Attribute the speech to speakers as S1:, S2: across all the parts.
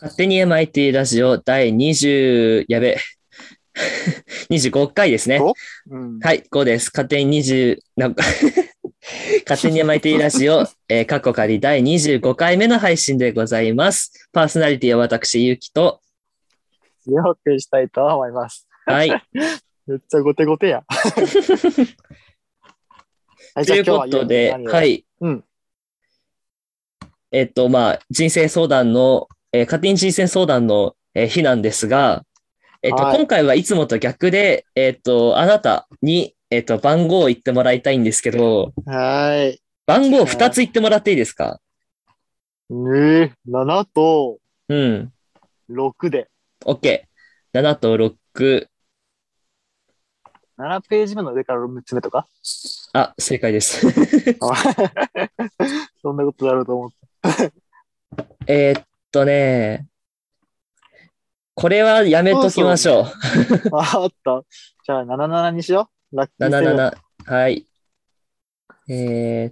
S1: 勝手に MIT ラジオ第20、やべ、25回ですね。
S2: ごうん。
S1: はい、5です。勝手に20、なんか、 勝手に MIT ラジオ、えー、過去仮第25回目の配信でございます。パーソナリティは私、ゆきと、
S2: よくしたいと思います。
S1: はい、
S2: めっちゃゴテ ゴテや。は
S1: ということで、は。い。
S2: うん
S1: えっと、まあ、人生相談の、えー家庭人生相談の、えー日なんですが、えっと、
S2: はい
S1: 今回はいつもと逆で、えっと、あなたに、えっと、番号を言ってもらいたいんですけど、
S2: じゃあ今日は言う何をはーい。
S1: 番号2つ言ってもらっていいですか
S2: ねえ、7と
S1: うん。
S2: 6で。
S1: OK。7と6。
S2: 7ページ目の上から6つ目とか
S1: あ、正解です。
S2: そんなことだろうと思って。
S1: えーっとね、これはやめときましょう。
S2: ああった。じゃあ77にしよう。ラッキーセブン
S1: 77。はい。え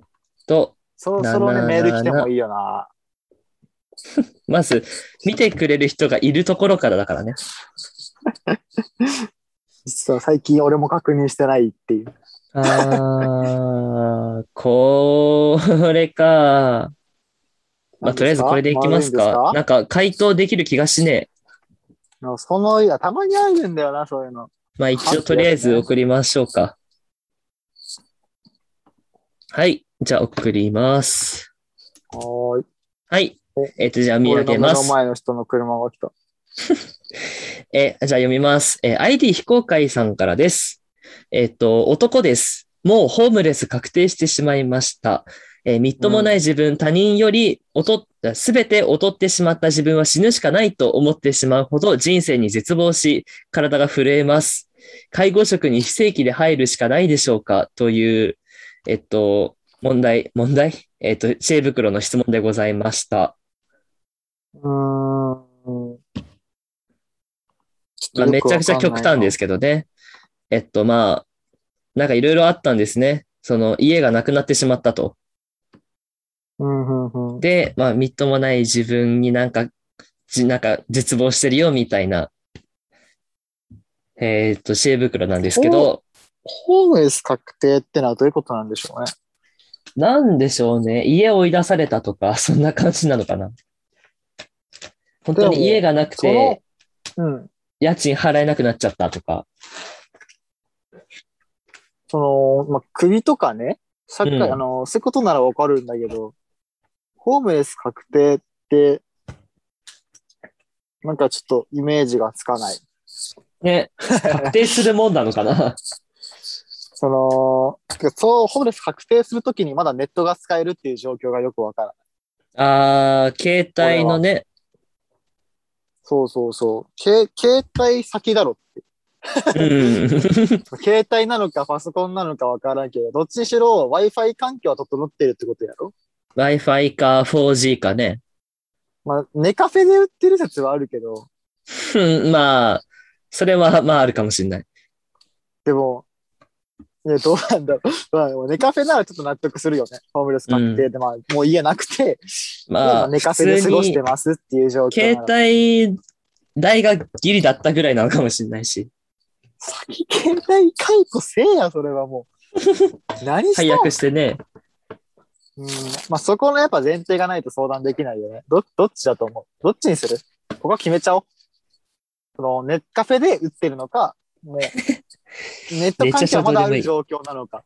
S1: ーっと、
S2: そろそろ
S1: 77
S2: ね、メール来てもいいよな。
S1: まず、見てくれる人がいるところからだからね。
S2: 実は最近俺も確認してないっていう。
S1: あー、これか。まあ、とりあえずこれでいきますか。
S2: 何で
S1: なんか、回答できる気がしねえ。
S2: すかその、いや、たまにあるんだよな、そういうの。
S1: まあ、一応とりあえず送りましょうか。はい。じゃあ、送ります。
S2: おーい。
S1: はい。えっと、じゃあ見上げま
S2: 俺の目
S1: す
S2: の。前の人の車が来た。
S1: えーじゃあ読みます。えー ID 非公開さんからです。えっと、男です。もうホームレス確定してしまいました。えーみっともない自分、他人より劣っ、すべて劣ってしまった自分は死ぬしかないと思ってしまうほど人生に絶望し、体が震えます。介護職に非正規で入るしかないでしょうかという、えっと、問題、問題えっと、知恵袋の質問でございました。
S2: うーん。ち。
S1: まあ、めちゃくちゃ極端ですすけどね。えっと、まあ、なんかいろいろあったんですね。その家がなくなってしまったと。
S2: うんうんうん。
S1: で、まあ、みっともない自分になんか、じなんか絶望してるよみたいな、えーっと、知恵袋なんですけど、
S2: ホームレス確定ってのはどういうことなんでしょうね。
S1: なんでしょうね。家追い出されたとか、そ んな感じなのかな。本当
S2: でも
S1: に家がなく
S2: その
S1: て、
S2: うん。
S1: 家賃払えなくなっちゃったとか。
S2: その、まあ、首とかね、さっき、
S1: うん
S2: あの、そういうことならわかるんだけど、ホームレス確定って、なんかちょっとイメージがつかない。
S1: ね、確定するもんなのかな。
S2: その、てかそう、ホームレス確定するときにまだネットが使えるっていう状況がよくわからない。
S1: あー、携帯のね、
S2: そうそうそう。け携帯先だろ
S1: うん。
S2: 携帯なのかパソコンなのかわからんけど、どっちにしろ Wi-Fi 環境は整ってるってことやろ
S1: Wi-Fi か 4G かね。
S2: まあ、ネカフェで売ってる説はあるけど、
S1: うんまあ、それはまああるかもしれない。
S2: でも、ね、どうなんだろう。 まあ、でもネカフェならちょっと納得するよね。ホームレス確定で、まあ、もう家なくて、
S1: まあ、
S2: ネカ
S1: 普
S2: フェで過
S1: 通
S2: ごして
S1: に
S2: ますっていう状況なら。
S1: 携帯代がギリだったぐらいなのかもしれない し、
S2: 先携帯解雇せえや、それはも う。何し
S1: 解
S2: た
S1: 約してね。
S2: うん。まあ、そこのやっぱ前提がないと相談できないよね。ど、どっちだと思うどっちにするここ決めちゃおう。その、ネットカフェで売ってるのか、も う、ネット環境はまだある状況なのか。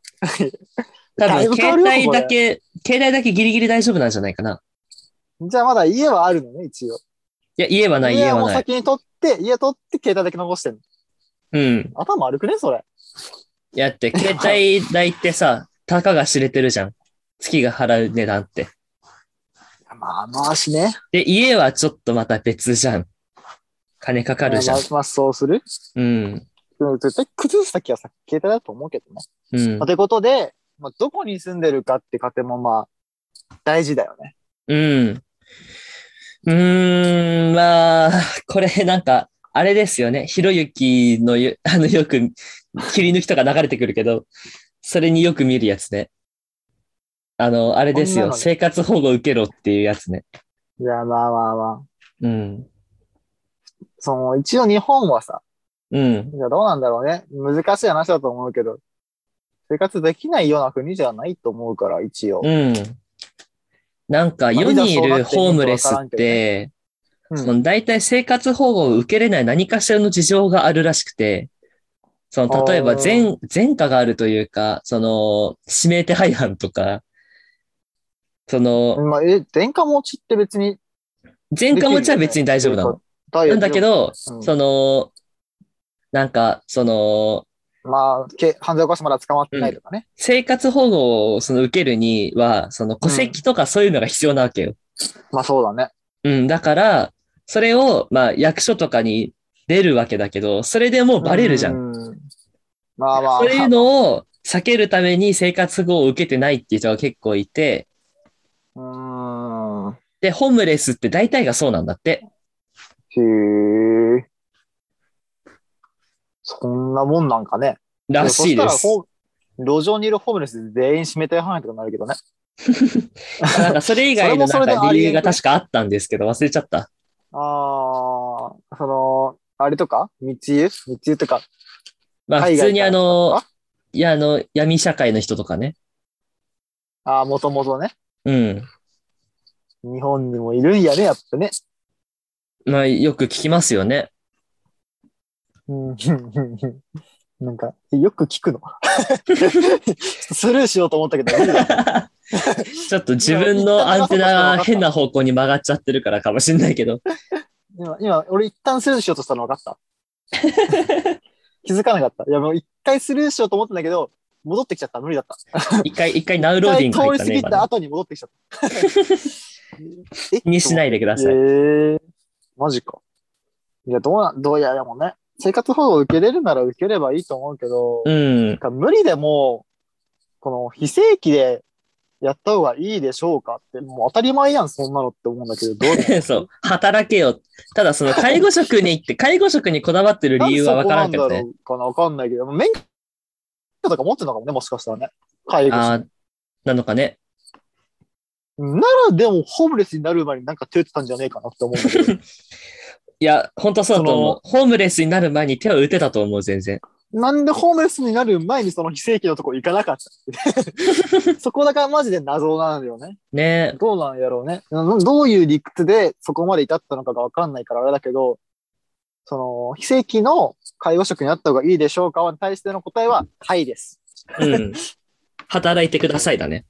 S1: 多
S2: だいぶ
S1: 分、
S2: 変わ
S1: 携
S2: るよ
S1: 帯だけ、携帯だけギリギリ大丈夫なんじゃないかな。
S2: じゃあまだ家はあるのね、一応。
S1: いや、家はない、
S2: 家
S1: 家
S2: はも
S1: はな
S2: う
S1: い。
S2: 先に取って、家取って携帯だけ残してんの。
S1: うん。
S2: 頭悪くねそれ。
S1: いやだっ て、携帯代ってさ、たかが知れてるじゃん。月が払う値段って。
S2: まあ、回しね。
S1: で、家はちょっとまた別じゃん。金かかるじゃん
S2: まあ。、まあそうする。
S1: うん。
S2: うん絶対崩す先はさ、携帯だと思うけどね。
S1: うん
S2: まあ、。ということで、まあ、どこに住んでるかって過程もまあ、大事だよね。
S1: うん。うーん、まあ、これなんか、あれですよね。ひろゆ きのよ、あの、よく、切り抜きとか流れてくるけど、それによく見るやつね。あの、あれです
S2: こんな
S1: よ。
S2: のね
S1: 生活保護受けろっていうやつね。
S2: いや、まあまあまあ。
S1: うん。
S2: その、一応日本はさ、
S1: うん。
S2: じゃあどうなんだろうね。難しい話だと思うけど、生活できないような国じゃないと思うから、一応。
S1: うん。なんか、世にいるホームレスって、
S2: うん
S1: その大体生活保護を受けれない何かしらの事情があるらしくて、その例えば
S2: あ
S1: 前
S2: ー
S1: 前科があるというか、その指名手配犯とか、その
S2: まあ、え、電化持ちって別に。
S1: 前科持ちは別に大丈夫なの。
S2: 大
S1: な
S2: 丈夫。
S1: んだけど、
S2: うん
S1: その、なんか、その、
S2: まあ、け犯罪起こしてまだ捕まってないとかね。
S1: 生活保護をその受けるには、その戸籍とかそういうのが必要なわけよ。
S2: まあそうだね。
S1: うん、だから、それを、まあ、役所とかに出るわけだけど、それでもうバレるじゃん。
S2: う。まあまあ。
S1: そういうのを避けるために生活保護を受けてないっていう人が結構いて、
S2: うーん。
S1: で、ホームレスって大体がそうなんだって。
S2: へえ。そんなもんなんかね。
S1: らしいで
S2: そし
S1: す
S2: たら。ホ路上にいるホームレス全員指名手配犯とかなるけどね。
S1: なんかそれ以外の
S2: それ
S1: な
S2: も
S1: んか
S2: それであ
S1: 理
S2: りえ
S1: 由
S2: ん
S1: が確かあったんですけど、忘れちゃった。
S2: ああ、その、あれとか密輸密輸とか。
S1: まあ、普
S2: 海外
S1: 通にあの
S2: か、
S1: いや、あの、闇社会の人とかね。
S2: ああ、もともとね。
S1: うん。
S2: 日本にもいるんやね、やっぱね。
S1: まあ、よく聞きますよね。
S2: うん、 なんか、よく聞くの。 スルーしようと思ったけど、無理だ
S1: ちょっと自分のアンテナが変な方向に曲がっちゃってるからかもしれないけど。
S2: 今、今、俺一旦スルーしようとしたの分かった 気づかなかった。いや、もう一回スルーしようと思ったんだけど、戻ってきちゃった。無理だった。
S1: 一回、一回ナウローディング入
S2: 一
S1: ったね、今
S2: 回通り過ぎ
S1: ね
S2: た。後 に戻ってきち ゃった。え
S1: 気にしないいでくだ
S2: え
S1: さい。
S2: ーマジか。いや、どうな、どうや、でもね、生活保護を受けれるなら受ければいいと思うけど、
S1: うん。
S2: なんか無理でも、この非正規でやった方がいいでしょうかって、もう当たり前やん、そんなのって思うんだけど、どうなの
S1: そう。働けよ。ただ、その、介護職に行って、介護職にこだわってる 理由はわからんけど
S2: なん
S1: ね。
S2: でそこなんだろうかな、わかんないけど、免許とか持ってるのかもね、もしかしたらね。介護士
S1: ああ、なのかね。
S2: なら、でも、ホームレスになる前になんか手打ってたんじゃねえかなって思うんだけど。
S1: いや、本当そうだと思う。ホームレスになる前に手を打てたと思う、全然。
S2: なんでホームレスになる前にその非正規のとこ行かなかっ たって。そこだからマジで謎なんだよね。
S1: ね
S2: どうなんやろうね。などういう理屈でそこまで至ったのかがわかんないからあれだけど、その、非正規の介護職になった方がいいでしょうかに対しての答えは、はいです。
S1: うん。働いてくださいだね。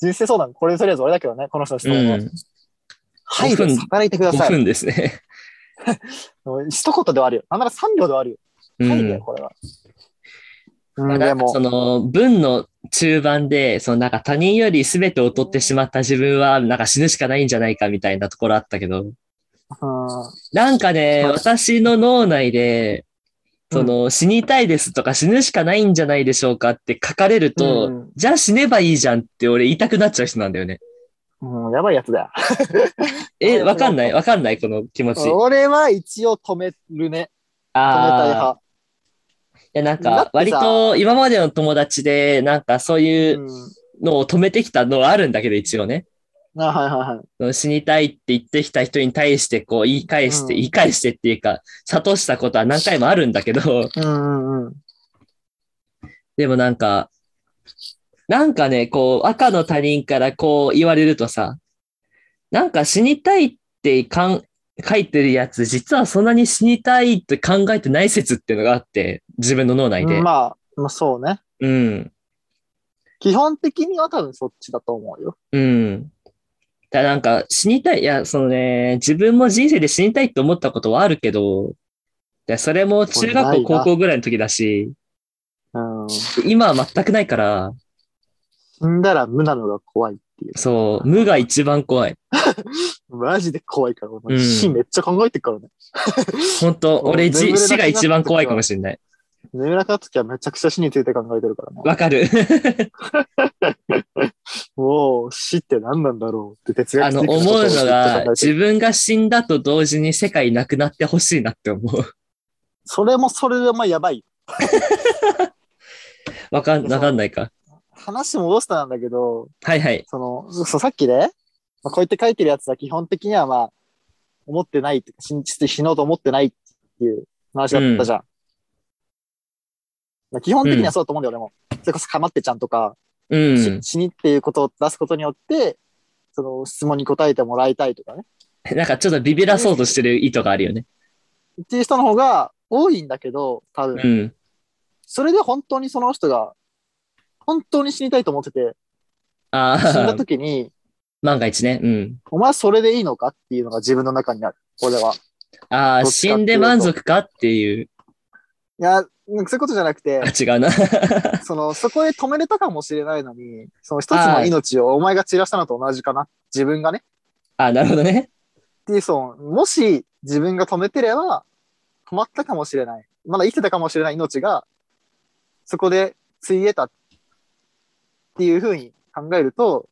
S2: 人生相談、これとりあえず俺だけどね、この人の質
S1: う
S2: 問は。
S1: ん。
S2: はいで
S1: 五
S2: す。
S1: 分
S2: 働いてくだ
S1: 5
S2: さい。
S1: 分ですね。
S2: もう一言ではあるよ。なんなら3秒ではあるよ。
S1: う
S2: はいだよ、
S1: ん。
S2: これは。
S1: ま
S2: う
S1: あ
S2: ん、
S1: な
S2: で
S1: んか
S2: も
S1: そ、の文の中盤で、そのなんか他人より全てを取ってしまった自分はなんか死ぬしかないんじゃないかみたいなところあったけど、
S2: うん
S1: なんかね、
S2: はい
S1: 私の脳内で、
S2: うん
S1: その死にたいですとか死ぬしかないんじゃないでしょうかって書かれると、
S2: うん
S1: じゃあ死ねばいいじゃんって俺言いたくなっちゃう人なんだよね。
S2: うん、やばいやつだよ。
S1: え、
S2: うん
S1: わかんないわかんないこの気持ち。
S2: 俺は一応止めるね。止めたい
S1: ああ。
S2: 派。
S1: いやなん
S2: だって
S1: か
S2: さ
S1: 割と今までの友達でなんかそういう
S2: うん
S1: のを止めてきたのはあるんだけど一応ね。
S2: あはいはいはい。
S1: その死にたいって言ってきた人に対してこう言い返して、
S2: うん
S1: 言い返してっていうか、諭したことは何回もあるんだけど、
S2: うんうんうん。
S1: でもなんか、なんかね、こう赤の他人からこう言われるとさ、なんか死にたいってかん書いてるやつ、実はそんなに死にたいって考えてない説っていうのがあって、自分の脳内で。
S2: まあ、まあそうね。
S1: うん。
S2: 基本的には多分そっちだと思うよ。
S1: うん。だからなんか死にたい、いや、そのね、自分も人生で死にたいって思ったことはあるけど、でそれも中学
S2: ない
S1: 校、
S2: な
S1: 高校ぐらいの時だし、
S2: うん。死
S1: 今は全くないから、
S2: んだら無なのが怖いっていう。
S1: そう、無が一番怖い。
S2: マジで怖いから、
S1: うん
S2: 俺死めっちゃ考えてるからね。
S1: 本当
S2: そう
S1: 俺じ
S2: 眠れなくなっ
S1: 死が一番怖いかもしれない。
S2: 眠らかった時はめちゃくちゃ死について考えてるからね。
S1: わかる。
S2: もう死って何なんだろうって哲
S1: あ
S2: 学
S1: の、
S2: 的
S1: 思
S2: な
S1: う
S2: ことをずっ
S1: の
S2: と
S1: が、
S2: 考えてる
S1: 自分が死んだと同時に世界なくなってほしいなって思う。
S2: それもそれでまあやばい。
S1: わかん、
S2: いや
S1: わかんないか。
S2: 話戻したなんだけど、
S1: はいはい。
S2: その、そうさっきね、まあ、こうやって書いてるやつは基本的にはまあ、思ってないっていうか、死に死のうと思ってないっていう話だったじゃん。まあ基本的にはそうだと思うんだよ、俺も。それこそかまってちゃんとか、
S1: うん。
S2: し死にっていうことを出すことによって、その質問に答えてもらいたいとかね。
S1: なんかちょっとビビらそうとしてる意図があるよね。
S2: っていう人の方が多いんだけど、多分。
S1: うん。
S2: それで本当にその人が、本当に死にたいと思ってて、
S1: あ
S2: 死んだ
S1: あ、
S2: 時に、
S1: 万が一ね。うん。
S2: お前それでいいのかっていうのが自分の中にある。俺は。
S1: ああ、
S2: どっち
S1: 死
S2: かっていうと
S1: んで満足かっていう。
S2: いや、なんかそういうことじゃなくて
S1: あ、、違うな。
S2: その、そこで止めれたかもしれないのに、その一つの命をお前が散らしたのと同じかな。自分がね。
S1: ああ、なるほどね。
S2: で、その、もし自分が止めてれば、止まったかもしれない。まだ生きてたかもしれない命が、そこでついえたっていうふうに考えると、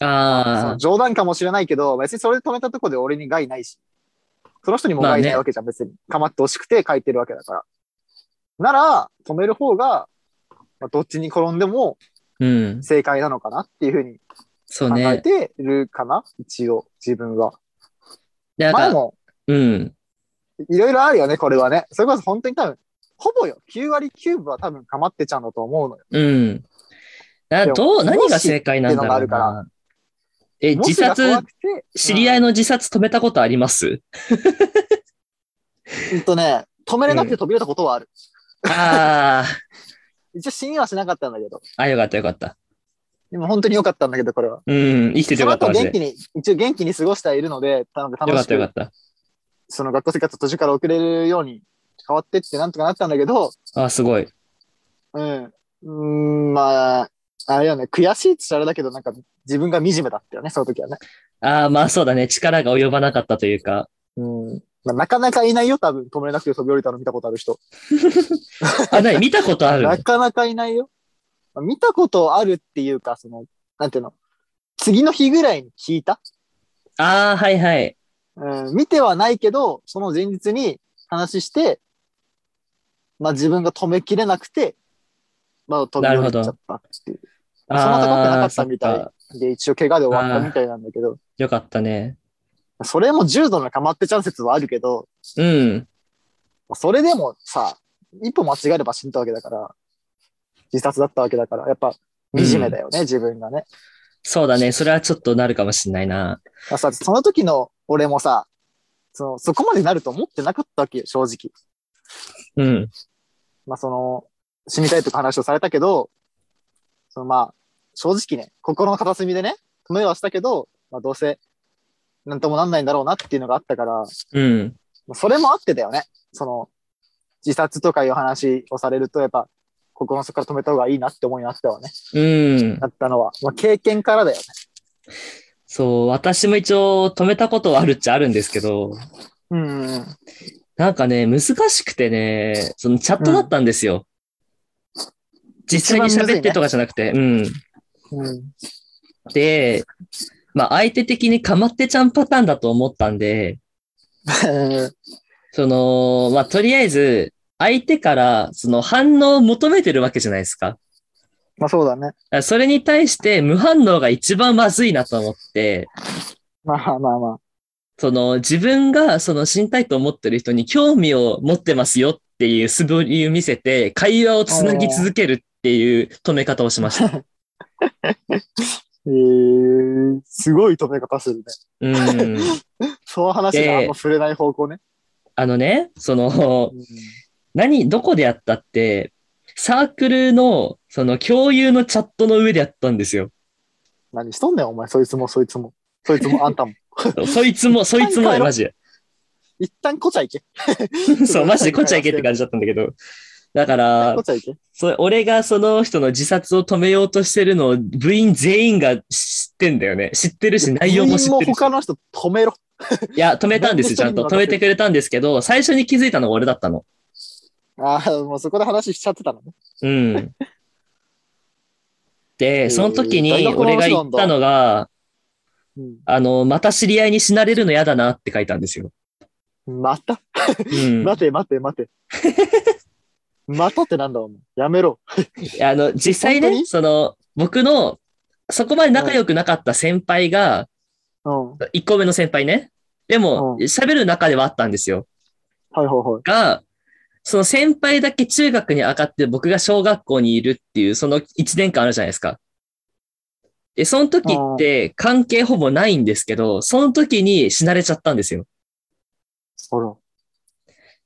S2: そ
S1: あ
S2: の冗談かもしれないけど、別にそれで止めたとこで俺に害ないし、その人にも
S1: ま
S2: 害な
S1: あ
S2: い
S1: ね
S2: わけじゃん、別に。かまってほしくて書いてるわけだから。なら、止める方が、まあ、どっちに転んでも
S1: あ、うん。
S2: 正解なのかなっていうふうに
S1: そう
S2: 考え
S1: ね。
S2: てるかな、一応、自分は。
S1: でなん
S2: 前
S1: か、
S2: も
S1: うん。
S2: いろいろあるよね、これはね。それこそ本当に多分、ほぼよ、9割9分は多分かまってちゃんだと思うのよ。
S1: うん。な
S2: でも
S1: どう、
S2: もし
S1: 何が正解なんだ
S2: って
S1: ろう
S2: いうのがあ
S1: な。え、自殺、知り合い
S2: の。
S1: の自殺止めたことあります
S2: うんうんとね、止めれなくて飛び出たことはある。
S1: あ
S2: 一応死にはしなかったんだけど。
S1: あ、あ、よかったよかった。
S2: でも本当に良かったんだけど、これは。
S1: うん、生きてて
S2: そ
S1: よ
S2: の
S1: かった、
S2: 後
S1: マジ
S2: 元
S1: で。
S2: 気に、一応元気に過ごしてはいるので、なんか
S1: よ
S2: 楽
S1: かっ
S2: した
S1: よか
S2: く、
S1: った。
S2: その学校生活途中から遅れるように変わってってなんとかなったんだけど、
S1: あーすごい。
S2: うん。うーん、まあ、あれよね、悔しいって言ったらあれだけど、なんか自分が惨めだったよね、その時はね。
S1: ああ、まあそうだね。力が及ばなかったというか。
S2: うん。まあ、なかなかいないよ、多分。止めれなくて飛び降りたの見たことある人。
S1: あ、なに見たことあ るの
S2: なかなかいないよ。まあ見たことあるっていうか、その、なんていうの。次の日ぐらいに聞いた。
S1: ああ、はいはい。
S2: うん、見てはないけど、その前日に話して、まあ自分が止めきれなくて、まあ飛び降りちゃったっていう。そんな高くなかったみた
S1: あーそっか
S2: いで、一応怪我で終わったみたいなんだけど、
S1: よかったね。
S2: それも重度のかまってチャンスはあるけど、
S1: うん。
S2: それでもさ、一歩間違えれば死んだわけだから、自殺だったわけだから、やっぱ惨めだよね、自分がね。
S1: そうだね。それはちょっとなるかもしんないな。
S2: まあさ、その時の俺もさ、そのそこまでなると思ってなかったわけよ、正直。
S1: うん。
S2: まあその、死にたいとか話をされたけど、そのまあ、正直ね、心の片隅でね、止めはしたけど、まあどうせ、なんともなんないんだろうなっていうのがあったから、ま
S1: うん。
S2: あそれもあってだよね。その、自殺とかいう話をされると、やっぱ、心の底から止めた方がいいなって思いになったわね。
S1: うん。
S2: だったのは。まあ、経験からだよね。
S1: そう、私も一応止めたことはあるっちゃあるんですけど、
S2: うんうんうん。
S1: なんかね、難しくてね、そのチャットだったんですよ。実際に喋ってとかじゃなくて、うん。
S2: うん。
S1: で、まあ相手的にかまってちゃんパターンだと思ったんで、その、まあとりあえず、相手からその反応を求めてるわけじゃないですか。
S2: まあそうだね。
S1: それに対して無反応が一番まずいなと思って、
S2: まあまあまあ。
S1: その自分がその死にたいと思ってる人に興味を持ってますよっていう素振りを見せて、会話をつなぎ続けるっていう止め方をしました。
S2: えー、すごい止め方するね。
S1: うん。
S2: その話があんま触れない方向ね。
S1: あのね、その、
S2: うん
S1: 何、どこでやったって、サークルの、その共有のチャットの上でやったんですよ。
S2: 何しとんねん、お前。そいつも、そいつも。そいつも、あん たも。
S1: そいつも、そいつも
S2: 帰
S1: ね、
S2: ろう
S1: マジで。
S2: 一旦こちゃいけ。
S1: そう、マジでこっちゃいけって感じだったんだけど。だから
S2: こ、ちゃいけ。
S1: それ俺がその人の自殺を止めようとしてるのを部員全員が知ってんだよね。知ってるし、内容も知って
S2: 部員
S1: るし。
S2: 他の人止めろ。
S1: いや、止めたんですよ、ちゃんと。
S2: なん
S1: 止
S2: で
S1: め
S2: 一人に任せる
S1: てくれたんですけど、最初に気づいたのが俺だったの。
S2: ああ、もうそこで話しちゃってたのね。
S1: うん。
S2: え
S1: で、
S2: ー
S1: その時
S2: 大
S1: に
S2: 学の
S1: 俺が
S2: 話
S1: 言
S2: なんだ
S1: ったのが、
S2: う
S1: あの、また知り合いに死なれるの嫌だなって書いたんですよ。
S2: ん。また
S1: うん。
S2: 待て待 て待て。またってなんだ、お前。やめろ。
S1: あの、実際
S2: 本当
S1: ね、
S2: に
S1: その、僕の、そこまで仲良くなかった先輩が、
S2: うん。
S1: 1個目の先輩ね。でも、
S2: うん
S1: 喋る中ではあったんですよ。
S2: はいはいはい。
S1: が、その先輩だけ中学に上がって僕が小学校にいるっていう、その1年間あるじゃないですか。で、その時って関係ほぼないんですけど、その時に死なれちゃったんですよ。
S2: あら、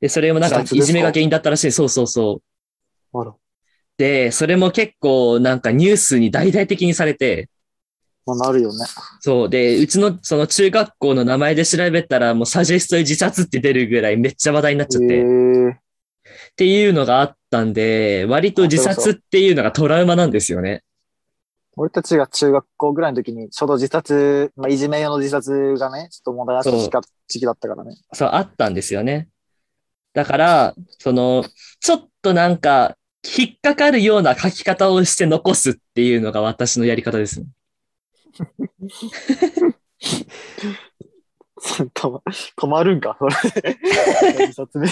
S1: で、それもなんか
S2: 自殺
S1: い
S2: です
S1: じ
S2: か
S1: めが原因だったらしい。そうそうそう。
S2: あら。
S1: で、それも結構なんかニュースに大々的にされて、
S2: まあ、なるよね。
S1: そう。で、うちのその中学校の名前で調べたらもうサジェストで自殺って出るぐらいめっちゃ話題になっちゃって、
S2: え
S1: っ
S2: ー、
S1: ていうのがあったんで、割と自殺っていうのがトラウマなんですよね。
S2: 俺たちが中学校ぐらいの時に、ちょうど自殺、まあ、いじめ用の自殺がね、ちょっと問題になった時か時期だったからね。
S1: そう、あったんですよね。だから、その、ちょっとなんか、引っかかるような書き方をして残すっていうのが私のやり方です。
S2: 止ま止まるんか、そ れ。自殺ね。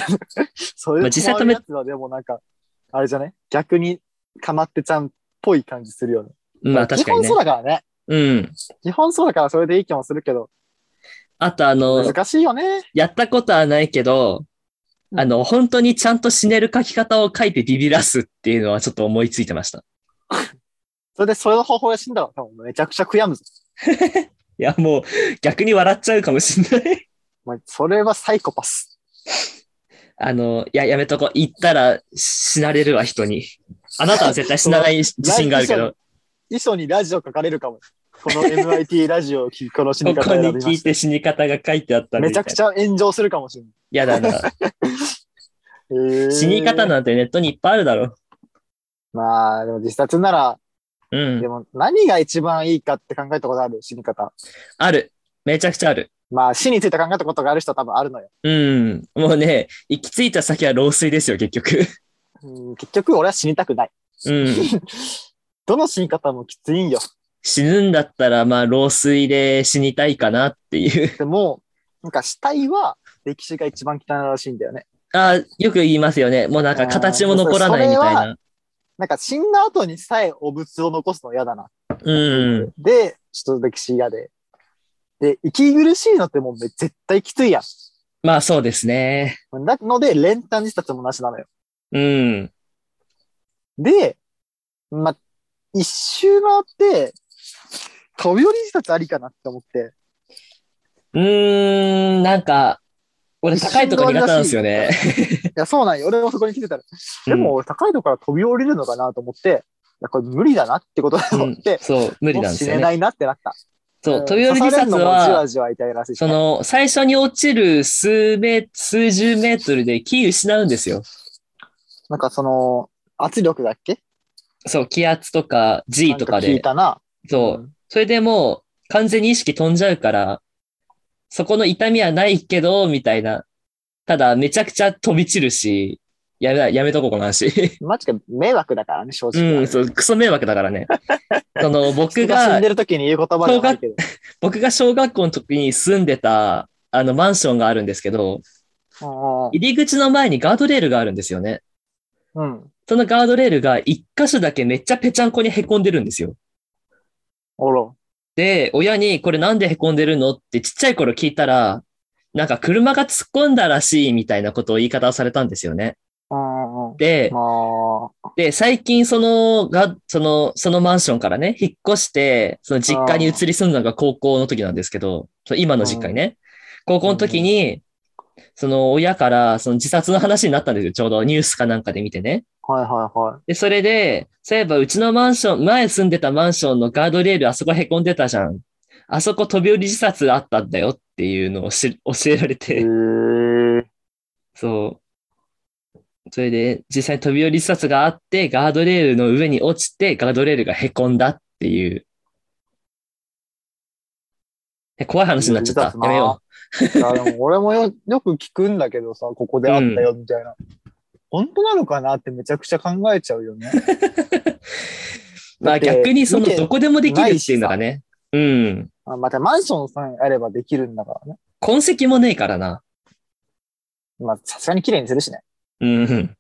S2: そういう
S1: まあ実際
S2: 止
S1: 止
S2: ま
S1: め
S2: るやつはでもなんか、あれじゃね逆に、かまってちゃんっぽい感じするよね。
S1: まあ確かに
S2: 基本
S1: ね
S2: そう。だからね。
S1: うん。
S2: 基本そうだからそれでいい気もするけど、
S1: あとあの、
S2: 難しいよね。
S1: やったことはないけど、
S2: うん
S1: あの、本当にちゃんと死ねる書き方を書いてビビらすっていうのはちょっと思いついてました。
S2: それでそれの方法で死んだら、多分めちゃくちゃ悔やむぞ。
S1: いや、もう逆に笑っちゃうかもしれない。
S2: お前それはサイコパス。
S1: あの、いや、やめとこう。言ったら死なれるわ、人に。あなたは絶対死なない自信があるけど。
S2: 遺書にラジオ書かれるかも。この MIT ラジオを聞 き、この死に
S1: こ
S2: 方
S1: こ
S2: を
S1: に
S2: 選びま
S1: 聞い
S2: して
S1: 死に方が書いてあった
S2: た。
S1: んで
S2: めちゃく
S1: み
S2: ちゃ炎上するかもし
S1: た
S2: れ
S1: いな やだな。
S2: ない。へー
S1: 死に方なんてネットにいっぱいあるだろ
S2: まあ、でも自殺なら、
S1: う。う
S2: で
S1: ん。
S2: も何が一番いいかって考えたことある死に方。
S1: ある。めちゃくちゃある。
S2: まあ、死について考えたことがある人は多分あるのよ。
S1: うん。もうね、行き着いた先は老衰ですよ、結 局。
S2: うん結局、俺は死にたくない。
S1: うん。
S2: どの死に方もきついんよ。
S1: 死ぬんだったら、まあ、老衰で死にたいかなっていう。
S2: でも、なんか死体は歴史が一番汚いらしいんだよね。
S1: あよく言いますよね。もうなんか形も残らないみたいな。
S2: なんか死んだ後にさえお仏を残すの嫌だな。
S1: うん。
S2: で、ちょっと歴史嫌で。で、息苦しいのってもうめ絶対きついや
S1: まあ、そうですね。
S2: ん。なので、練炭自殺もなしなのよ。
S1: うん。
S2: で、ま、一周回って、飛び降り自殺ありかなって思って。
S1: うーん、なんか、俺高いとこ苦手なんですよね。
S2: いや、そうなんよ。俺もそこに来てたら。でも、俺高いとこから飛び降りるのかなと思って、いやこれ無理だなってことだと思って、
S1: うんそう、無理なんです
S2: もう
S1: よ
S2: 死ね
S1: ね。
S2: ないなってなった。
S1: そう、
S2: ん
S1: 飛び降り自殺
S2: 刺されるのもじ
S1: は
S2: わ、じわ痛いらしいし
S1: そ
S2: ね、
S1: の、最初に落ちる数メ、数十メートルで気失うんですよ。
S2: なんかその、圧力だっけ
S1: そう、気圧とか G とか
S2: なん聞い
S1: で。
S2: たな。
S1: そう。それでもう完全に意識飛んじゃうから、そこの痛みはないけど、みたいな。ただ、めちゃくちゃ飛び散るし、やめな、やめとこう、この話。
S2: うん。マジか迷惑だからね、正
S1: う
S2: 直。
S1: ん、そう、クソ迷惑だから ね。その、僕
S2: 人が死
S1: が
S2: んで、る時に言う言葉じゃないけど。
S1: 僕が小学校の時に住んでた、あの、マンションがあるんですけど、
S2: う
S1: 入
S2: ん
S1: り口の前にガードレールがあるんですよね。
S2: うん。うん。
S1: そのガードレールが一箇所だけめっちゃぺちゃんこに凹んでるんですよ。
S2: おろ。
S1: で、親にこれなんで凹んでるのってちっちゃい頃聞いたら、なんか車が突っ込んだらしいみたいなことを言い方をされたんですよね。
S2: うんうん。
S1: で、
S2: まあ、
S1: で、最近その、が、その、そのマンションからね、引っ越して、その実家に移り住んだのが高校の時なんですけど、そう今の実家にね、高校の時に、その親からその自殺の話になったんですよ。ちょうどニュースかなんかで見てね。
S2: はいはいはい。
S1: で、それで、そういえばうちのマンション、前住んでたマンションのガードレールあそこへこんでたじゃん。あそこ飛び降り自殺あったんだよっていうのをし 教えられ
S2: へ
S1: て、
S2: ー
S1: そう。それで、実際に飛び降り自殺があって、ガードレールの上に落ちて、ガードレールがへこんだっていう。え怖い話になっちゃった。や
S2: 飛び降り自殺な
S1: めよ
S2: いやでも俺もよよく聞くんだけどさ、ここであったよみたいな。本当なのかなってめちゃくちゃ考えちゃう よね。
S1: う。まあ
S2: だって
S1: 逆にその
S2: 見て
S1: どこでもできるっていうのがね。うん。
S2: あまたマンションさえあればできるんだからね。
S1: 痕跡もねえからな。
S2: まあさすがに綺麗にするしね。
S1: うん。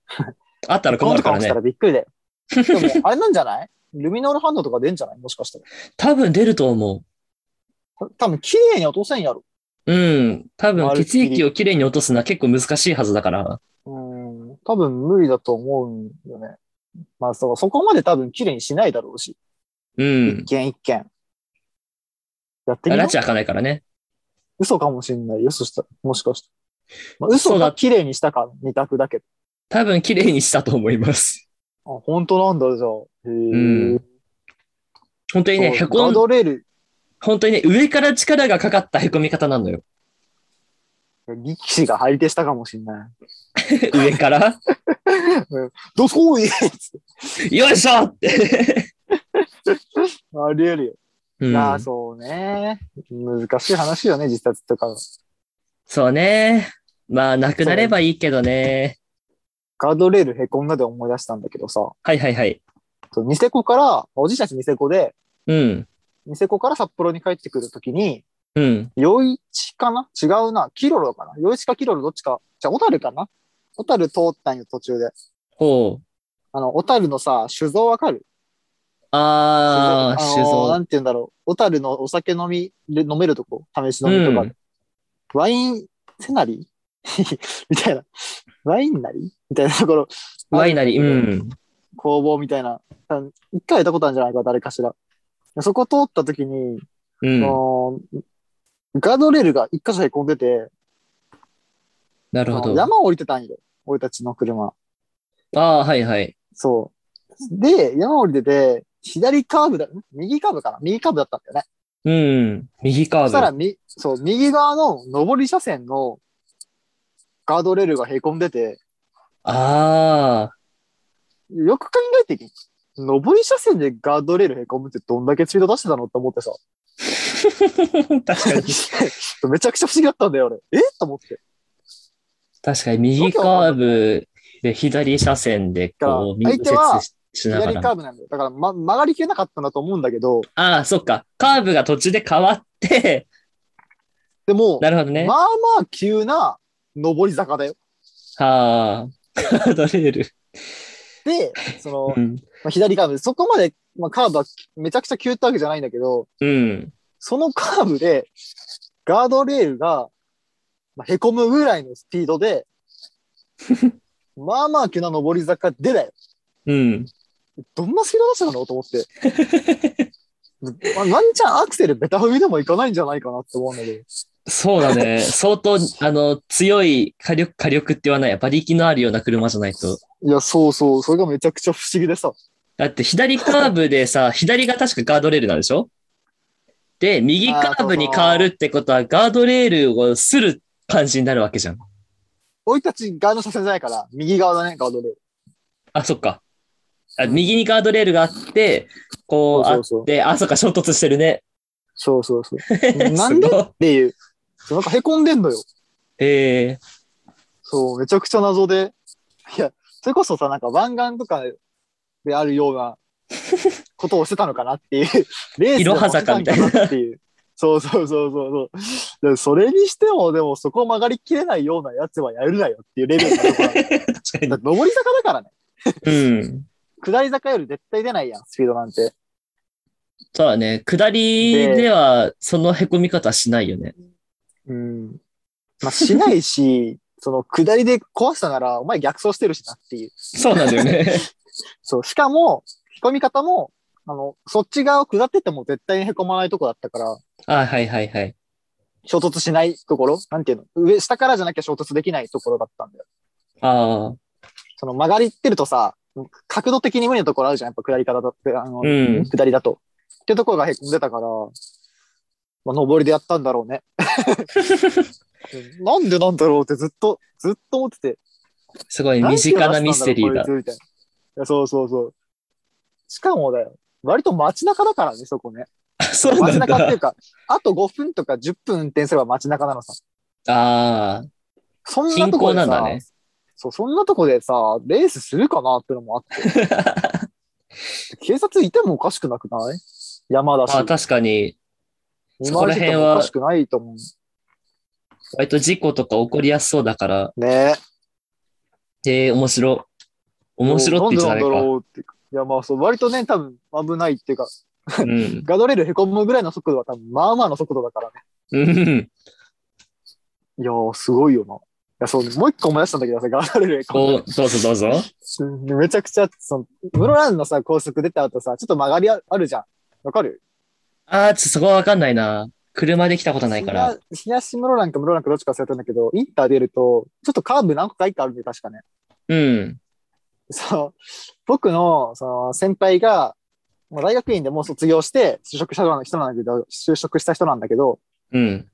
S1: あったら
S2: こ
S1: 困
S2: ん
S1: る
S2: と
S1: か
S2: からもし
S1: ね
S2: た。らびっくりだよ。で もあれなんじゃないルミノールハンドとか出んじゃないもしかしたら。
S1: 多分出ると思う。
S2: 多分綺麗に落とせんやろ。
S1: うん。多分
S2: まるっ
S1: 血
S2: きり
S1: 液をきれいに落とすのは結構難しいはずだから。
S2: うん、多分無理だと思うんよね。まあそ、そこまで多分綺麗にしないだろうし、
S1: うん
S2: 一。件一件。やってみよ
S1: 拉
S2: う
S1: 致開かないからね。
S2: 嘘かもしんないよ、そしたら、もしかしたら。まあ、嘘
S1: そうだ
S2: が綺麗にしたか、二択だけ
S1: 多分綺麗にしたと思います。
S2: ど。あ、本当なんだ、じゃあ。へ
S1: う
S2: え。
S1: 本当にね、へ
S2: そう
S1: こ
S2: ガー
S1: ん、
S2: ドレール、
S1: 本当にね、上から力がかかったへこみ方なのよ。
S2: 力士が張り手したかもしんない。
S1: 上から、
S2: どこい
S1: よいしょって。
S2: あり得るよ。
S1: う
S2: い
S1: ん、
S2: やー、そうね。難しい話よね、自殺とかの。
S1: そうね。まあ、なくなればいいけどね。
S2: ガードレールへこんだで思い出したんだけどさ、
S1: はいはいはい。
S2: そうニセコから、おじいちゃんちニセコで、
S1: うん。
S2: ニセコから札幌に帰ってくるときに、
S1: うん。
S2: 余市かな違うな。キロロかな余市かキロロどっちか。じゃあ、小樽かな小樽通ったんよ、途中で。
S1: ほう。
S2: あの、小樽のさ、酒造わかる
S1: ああ、
S2: 酒
S1: 酒
S2: のな
S1: 造。
S2: んて言うんだろう。小樽のお酒飲み、で飲めるとこ、試し飲みとかで。ワイン、セナリ みたいな。ワインなりみたいなところ。
S1: ワイナリー。うん。
S2: 工房みたいな。多分一回行ったことあるんじゃないか、誰かしら。そこ通った時に、
S1: うん。
S2: そのガードレールが一箇所へこんでて、
S1: なるほど。あ
S2: 山を降りてたんよ。俺たちの車。
S1: あー、はいはい。
S2: そう。で、山降りてて、左カーブだ、ん右カーブかな右カーブだったんだよね。
S1: うん。右カ
S2: そした
S1: ー
S2: ら
S1: ブ。
S2: み、そう、右側の上り車線のガードレールが凹んでて、
S1: ああ、
S2: よく考えてみ。上り車線でガードレール凹むってどんだけスピード出してたのって思っ てさ。
S1: 確かに。
S2: めちゃくちゃ不思議だったんだよ、俺。えと思って。
S1: 確かに、右カーブで左車線で、こう、
S2: だ
S1: 右
S2: から相手は
S1: 折ししなが
S2: 左
S1: ら。
S2: カ
S1: あ
S2: ーブなんだよ。だから、ま、曲がりきれなかったんだと思うんだけど、
S1: あー、そっか。カーブが途中で変わって、
S2: でも、
S1: なるほどね。
S2: まあまあ急な上り坂だよ。
S1: はあ。ガードレール。
S2: で、その、
S1: うん。
S2: まあ、左カーブ、そこまで、まあ、カーブはめちゃくちゃ急ってわけじゃないんだけど、
S1: うん。
S2: そのカーブで、ガードレールが、まあ、へこむぐらいのスピードで、まあまあ急な上り坂でだよ。
S1: うん。
S2: どんなスピード出したのと思って。まあ、なんちゃんアクセルベタ踏みでもいかないんじゃないかなって思うんだけど。
S1: そうだね。相当、あの、強い火力、火力って言わない。馬力のあるような車じゃないと。
S2: いや、そうそう、それがめちゃくちゃ不思議でさ。
S1: だって左カーブで さ、左が確かガードレールなんでしょで、右カーブに変わるってことは、ガードレールをする感じになるわけじゃん。
S2: 俺たち側の車線じゃないから、右側だね、ガードレール。
S1: あ、そっか。あ右にガードレールがあって、こうあ
S2: そ
S1: っ
S2: うそう
S1: て、あ、そっか、衝突してるね。
S2: そうそうそう。なんでっ
S1: すごい
S2: ていう。そうなんか凹んでんのよ。
S1: え
S2: そう、めちゃくちゃ謎で。いや、それこそさ、なんか湾岸とかであるよ うなことをしてたのかなっていう。レース
S1: いろは坂みたいな
S2: でもしてんかっていう。そうそうそうそうそう。でそれにしても、でもそこを曲がりきれないようなやつはやるなよっていうレベルのとこ ろなんだよ
S1: ー、確
S2: だ
S1: か
S2: って上り坂だからね。
S1: に。うん。
S2: 下り坂より絶対出ないやん、スピードなんて。
S1: そうだね。下りでは、その凹み方はしないよね。
S2: うん。まあ、しないし、その下りで壊したなら、お前逆走してるしなっていう。
S1: そうなんだよね。
S2: そう、しかも、引き込み方も、あの、そっち側を下ってても絶対に凹まないとこだったから、
S1: あ、はいはいはい。
S2: 衝突しないところなんていうの上、下からじゃなきゃ衝突できないところだったんだよ。
S1: ああ、
S2: その曲がりってるとさ、角度的に無理なところあるじゃん。やっぱ下り方だって、あの、
S1: うん
S2: 下りだと。ってところが凹んでたから、まあ、上りでやったんだろうね。 なんでなんだろうってずっと、ずっと思ってて。
S1: すごい身近なミステリーだ
S2: なん。ていう話なんだろうこいつみたいないやそうそうそう。しかもだよ。割と街中だからね、そこね。
S1: あ そうな
S2: 街
S1: ん
S2: 中ってい
S1: だ
S2: う。か、あと5分とか10分運転すれば街中なのさ。
S1: ああ、
S2: そんなと
S1: 近郊
S2: こで
S1: なん
S2: さ、
S1: だね
S2: そう、そんなとこでさ、レースするかなってのもあって、警察いてもおかしくなくない山だし、
S1: あ確かに、
S2: 見
S1: そこら
S2: 回りと
S1: 辺
S2: か
S1: は
S2: もおかしくないと思う。
S1: 割と事故とか起こりやすそうだから、
S2: ね
S1: へえ、面白。面白って言っちゃダメ
S2: なんで
S1: か
S2: なんだ。ろうっていうか。いや、まあそう、割とね、多分危ないっていうか、
S1: うん
S2: ガードレール凹むぐらいの速度は多分、まあまあの速度だからね。
S1: うん。
S2: いやー、すごいよな。いや、そう、もう一個思い出したんだけどさ、ガーダルレイか。
S1: こう、どうぞどうぞ。
S2: めちゃくちゃ、その、室蘭のさ、高速出た後さ、ちょっと曲がりああるじゃん。わかる
S1: あー、ちょっとそこはわかんないな。車で来たことないから。
S2: 東東室蘭か室蘭かどっちか忘れたんだけど、インター出ると、ちょっとカーブ何個か一個あるんで、確かね。
S1: うん。
S2: そう。僕の、その、先輩が、もう大学院でもう卒業して、就職した人なんだけど、就職した人なんだけど、
S1: うん。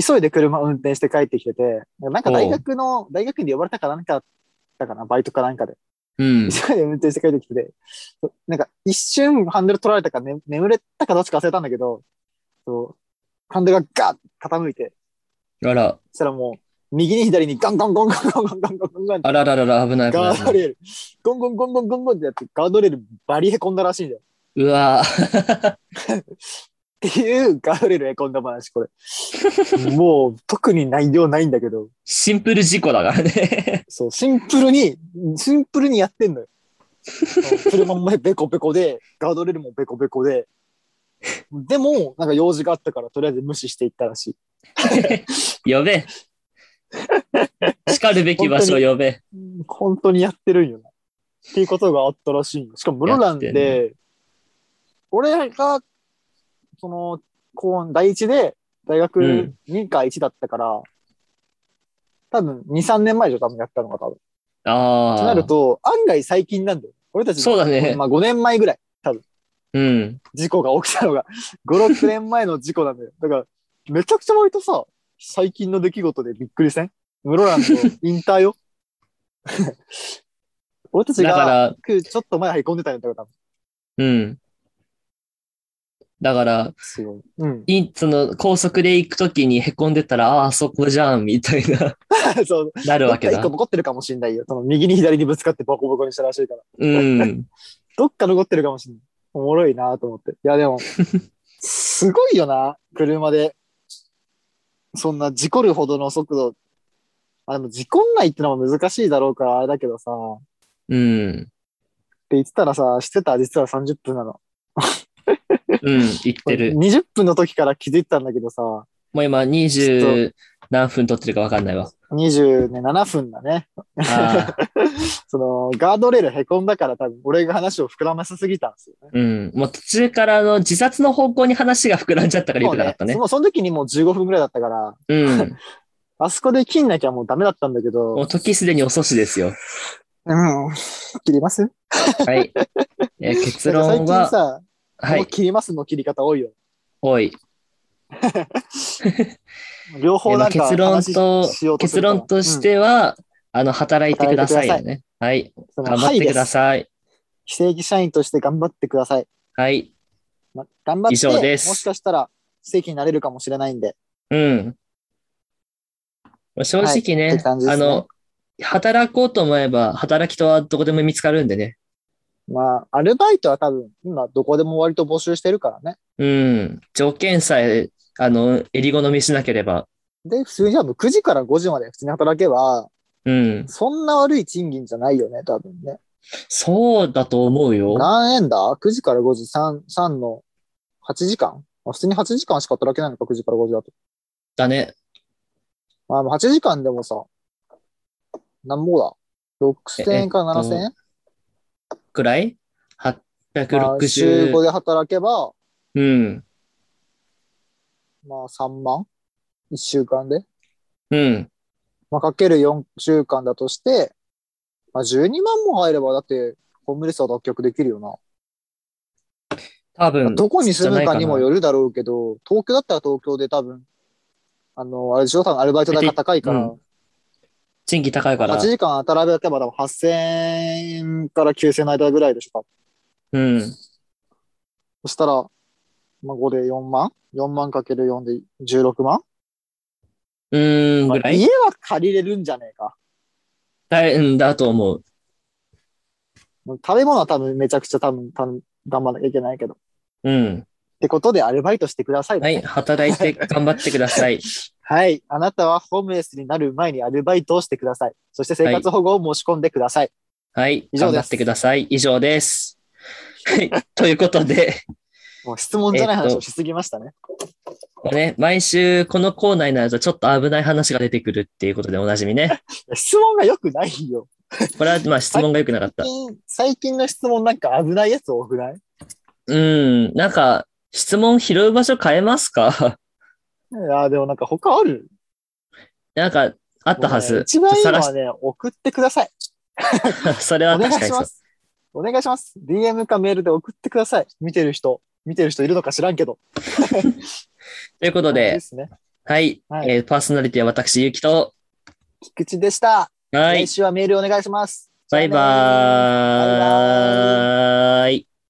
S2: 急いで車運転して帰ってきてて、なんか大学の、大学院で呼ばれたかなんかだったかな、バイトかなんかで。
S1: うん。
S2: 急いで運転して帰ってきてて、そうなんか一瞬ハンドル取られたか、ね、眠れたかどっちか忘れたんだけど、そうハンドルがガッ傾いて、
S1: あら、
S2: そしたらもう、右に左にガンガンガンガンガンガンガンガンガンガンって
S1: あらららら、危ない危な
S2: ガ
S1: い危な
S2: ード
S1: い。
S2: レール、ゴンゴンゴンゴンゴンゴンってやって、ガードレールバリへこんだらしいんだよ。
S1: うわー
S2: っていうガードレールへこんだ話、これ。 もう、特に内容ないんだけど、
S1: シンプル事故だから ね。
S2: そう、シンプルに、シンプルにやってん のよ。そう車もベコベコで、ガードレールもベコベコで。でも、なんか用事があったから、とりあえず無視していったらしい。
S1: 呼べ。叱るべき場所呼べ。
S2: 本当にやってるんよな。っていうことがあったらしいよ。しかも室蘭
S1: やって
S2: で、俺が、その、高音第一で、大学
S1: うん
S2: 2か1だったから、多分2、3年前でしょ、多分やったのが多分。
S1: ああ。
S2: となると、案外最近なんだよ。俺たち、
S1: そうだね
S2: まあ5年前ぐらい、
S1: うん。
S2: 事故が起きたのが、5、6年前の事故なんだよ。だから、めちゃくちゃ割とさ、最近の出来事でびっくりせん室蘭の引退よ。 俺たち
S1: だか
S2: が、
S1: ら、
S2: ちょっと前へこんでたんだけど、多分。
S1: うん。だから、
S2: すごい。うん。
S1: いその高速で行くときに凹んでたら、ああ、そこじゃん、みたいな、
S2: そう。
S1: なる
S2: ど
S1: わ
S2: っ
S1: け
S2: か一
S1: だ
S2: 個。残ってるかもしんないよ。その右に左にぶつかってボコボコにしたらしいから。
S1: うん。
S2: どっか残ってるかもしんない。おもろいなと思って。い や、でも、すごいよな、車で。そんな事故るほどの速度。あ、でも事故んないってのも難しいだろうから、あれだけどさ、って
S1: うん。
S2: 言ってたらさ、してた実は30分なの。
S1: うん。行って る。
S2: 20分の時から気づいてたんだけどさ、
S1: もう今、20何分撮ってるかわかん ないわ。
S2: 27分だね。
S1: ああ。
S2: その、ガードレールへこんだから多分、俺が話を膨らませすぎたんですよね。
S1: うん。もう途中からあの自殺の方向に話が膨らんじゃったから良くなかったね
S2: も。うその時にもう15分ぐらいだったから、
S1: うん。
S2: あそこで切んなきゃもうダメだったんだけ
S1: も
S2: ど
S1: う、時すでに遅しですよ。
S2: うん、切ります
S1: はい。え ー結論
S2: なんか
S1: は、
S2: 最近さ、
S1: は
S2: もう
S1: い。
S2: 切りますの切り方多いよ。
S1: おい。
S2: 両方なん
S1: えーま
S2: か
S1: あ結論と
S2: 話しようとす
S1: 結
S2: るから
S1: 論とし、ては、あの、働いてくださいよね。はい。
S2: うんその
S1: 頑張ってください。
S2: 非正規社員として頑張ってください。
S1: はい。
S2: ま、頑張って
S1: 以上です
S2: もしかしたら正規になれるかもしれないんで。
S1: うん。まあ正直
S2: はいっ
S1: ね
S2: て、感じで
S1: あ
S2: すね
S1: の、働こうと思えば、働きとはどこでも見つかるんでね。
S2: まあ、アルバイトは多分、今どこでも割と募集してるからね。
S1: うん。条件さえ、あの、襟好みしなければ。
S2: で、普通に多分9時から5時まで普通に働けば、
S1: うん。
S2: そんな悪い賃金じゃないよね、多分ね。
S1: そうだと思うよ。
S2: 何円だ ?9 時から5時、3、3の8時間あ普通に8時間しか働けないのか、9時から5時だと。
S1: だね。
S2: まあ、でも8時間でもさ、なんぼだ ?6000 円から7000円、
S1: くらい
S2: まあ、週
S1: ?860。
S2: 5で働けば、
S1: うん。
S2: まあ3万 ?1 週間で。
S1: うん。
S2: まあ、かける4週間だとして、まあ、12万も入れば、だって、ホームレスは脱却できるよな。
S1: 多
S2: まあ
S1: 分。
S2: どこに住むか
S1: じゃな
S2: にも
S1: いかな
S2: よるだろうけど、東京だったら東京で多分、あの、あれでしょ多分アルバイト代が高いか
S1: う
S2: ら
S1: ん、賃金高いから
S2: 8。時間働けば多分8000円から9000円の間ぐらいでしょ多分
S1: うん。
S2: そしたら、まあ、5で4万 ?4 万かける4で16万、
S1: うーん、ぐらい
S2: 家は借りれるんじゃねえか。
S1: だいうんだと思う。
S2: もう食べ物は多分めちゃくちゃ多分、多分頑張らなきゃいけないけど。っ
S1: うん。
S2: てことでアルバイトしてください、
S1: は
S2: ね。
S1: い。働いて頑張ってください。
S2: はい。あなたはホームレスになる前にアルバイトをしてください。そして生活保護を申し込んでください。
S1: はい。
S2: 以上
S1: 頑
S2: です
S1: 張ってください。以上です。はい。ということで、
S2: もう質問じゃない話をしすぎましたね。
S1: まあね、毎週このコーナーになるとちょっと危ない話が出てくるっていうことでおなじみね。
S2: いや質問が良くないよ。
S1: これはまあ質問が良くなかった
S2: 最。近最近の質問なんか危ないやつ多くない
S1: うん、なんか質問拾う場所変えますか
S2: いや、でもなんか他ある
S1: なんかあったは
S2: もうね
S1: ず。
S2: 一番いいの
S1: 探
S2: はね、送ってください。
S1: し それは
S2: お願
S1: 確か
S2: い
S1: に
S2: し
S1: そ
S2: ま
S1: う。
S2: す。お願いします。DM かメールで送ってください。見てる人、見てる人いるのか知らんけど。
S1: ということ
S2: で
S1: です
S2: ね。
S1: はい、
S2: はい
S1: えーパーソナリティは私、ゆきと。
S2: 菊池でした。
S1: はい
S2: 来。週はメールお願いします。
S1: バイ
S2: じゃあねー
S1: バーイ。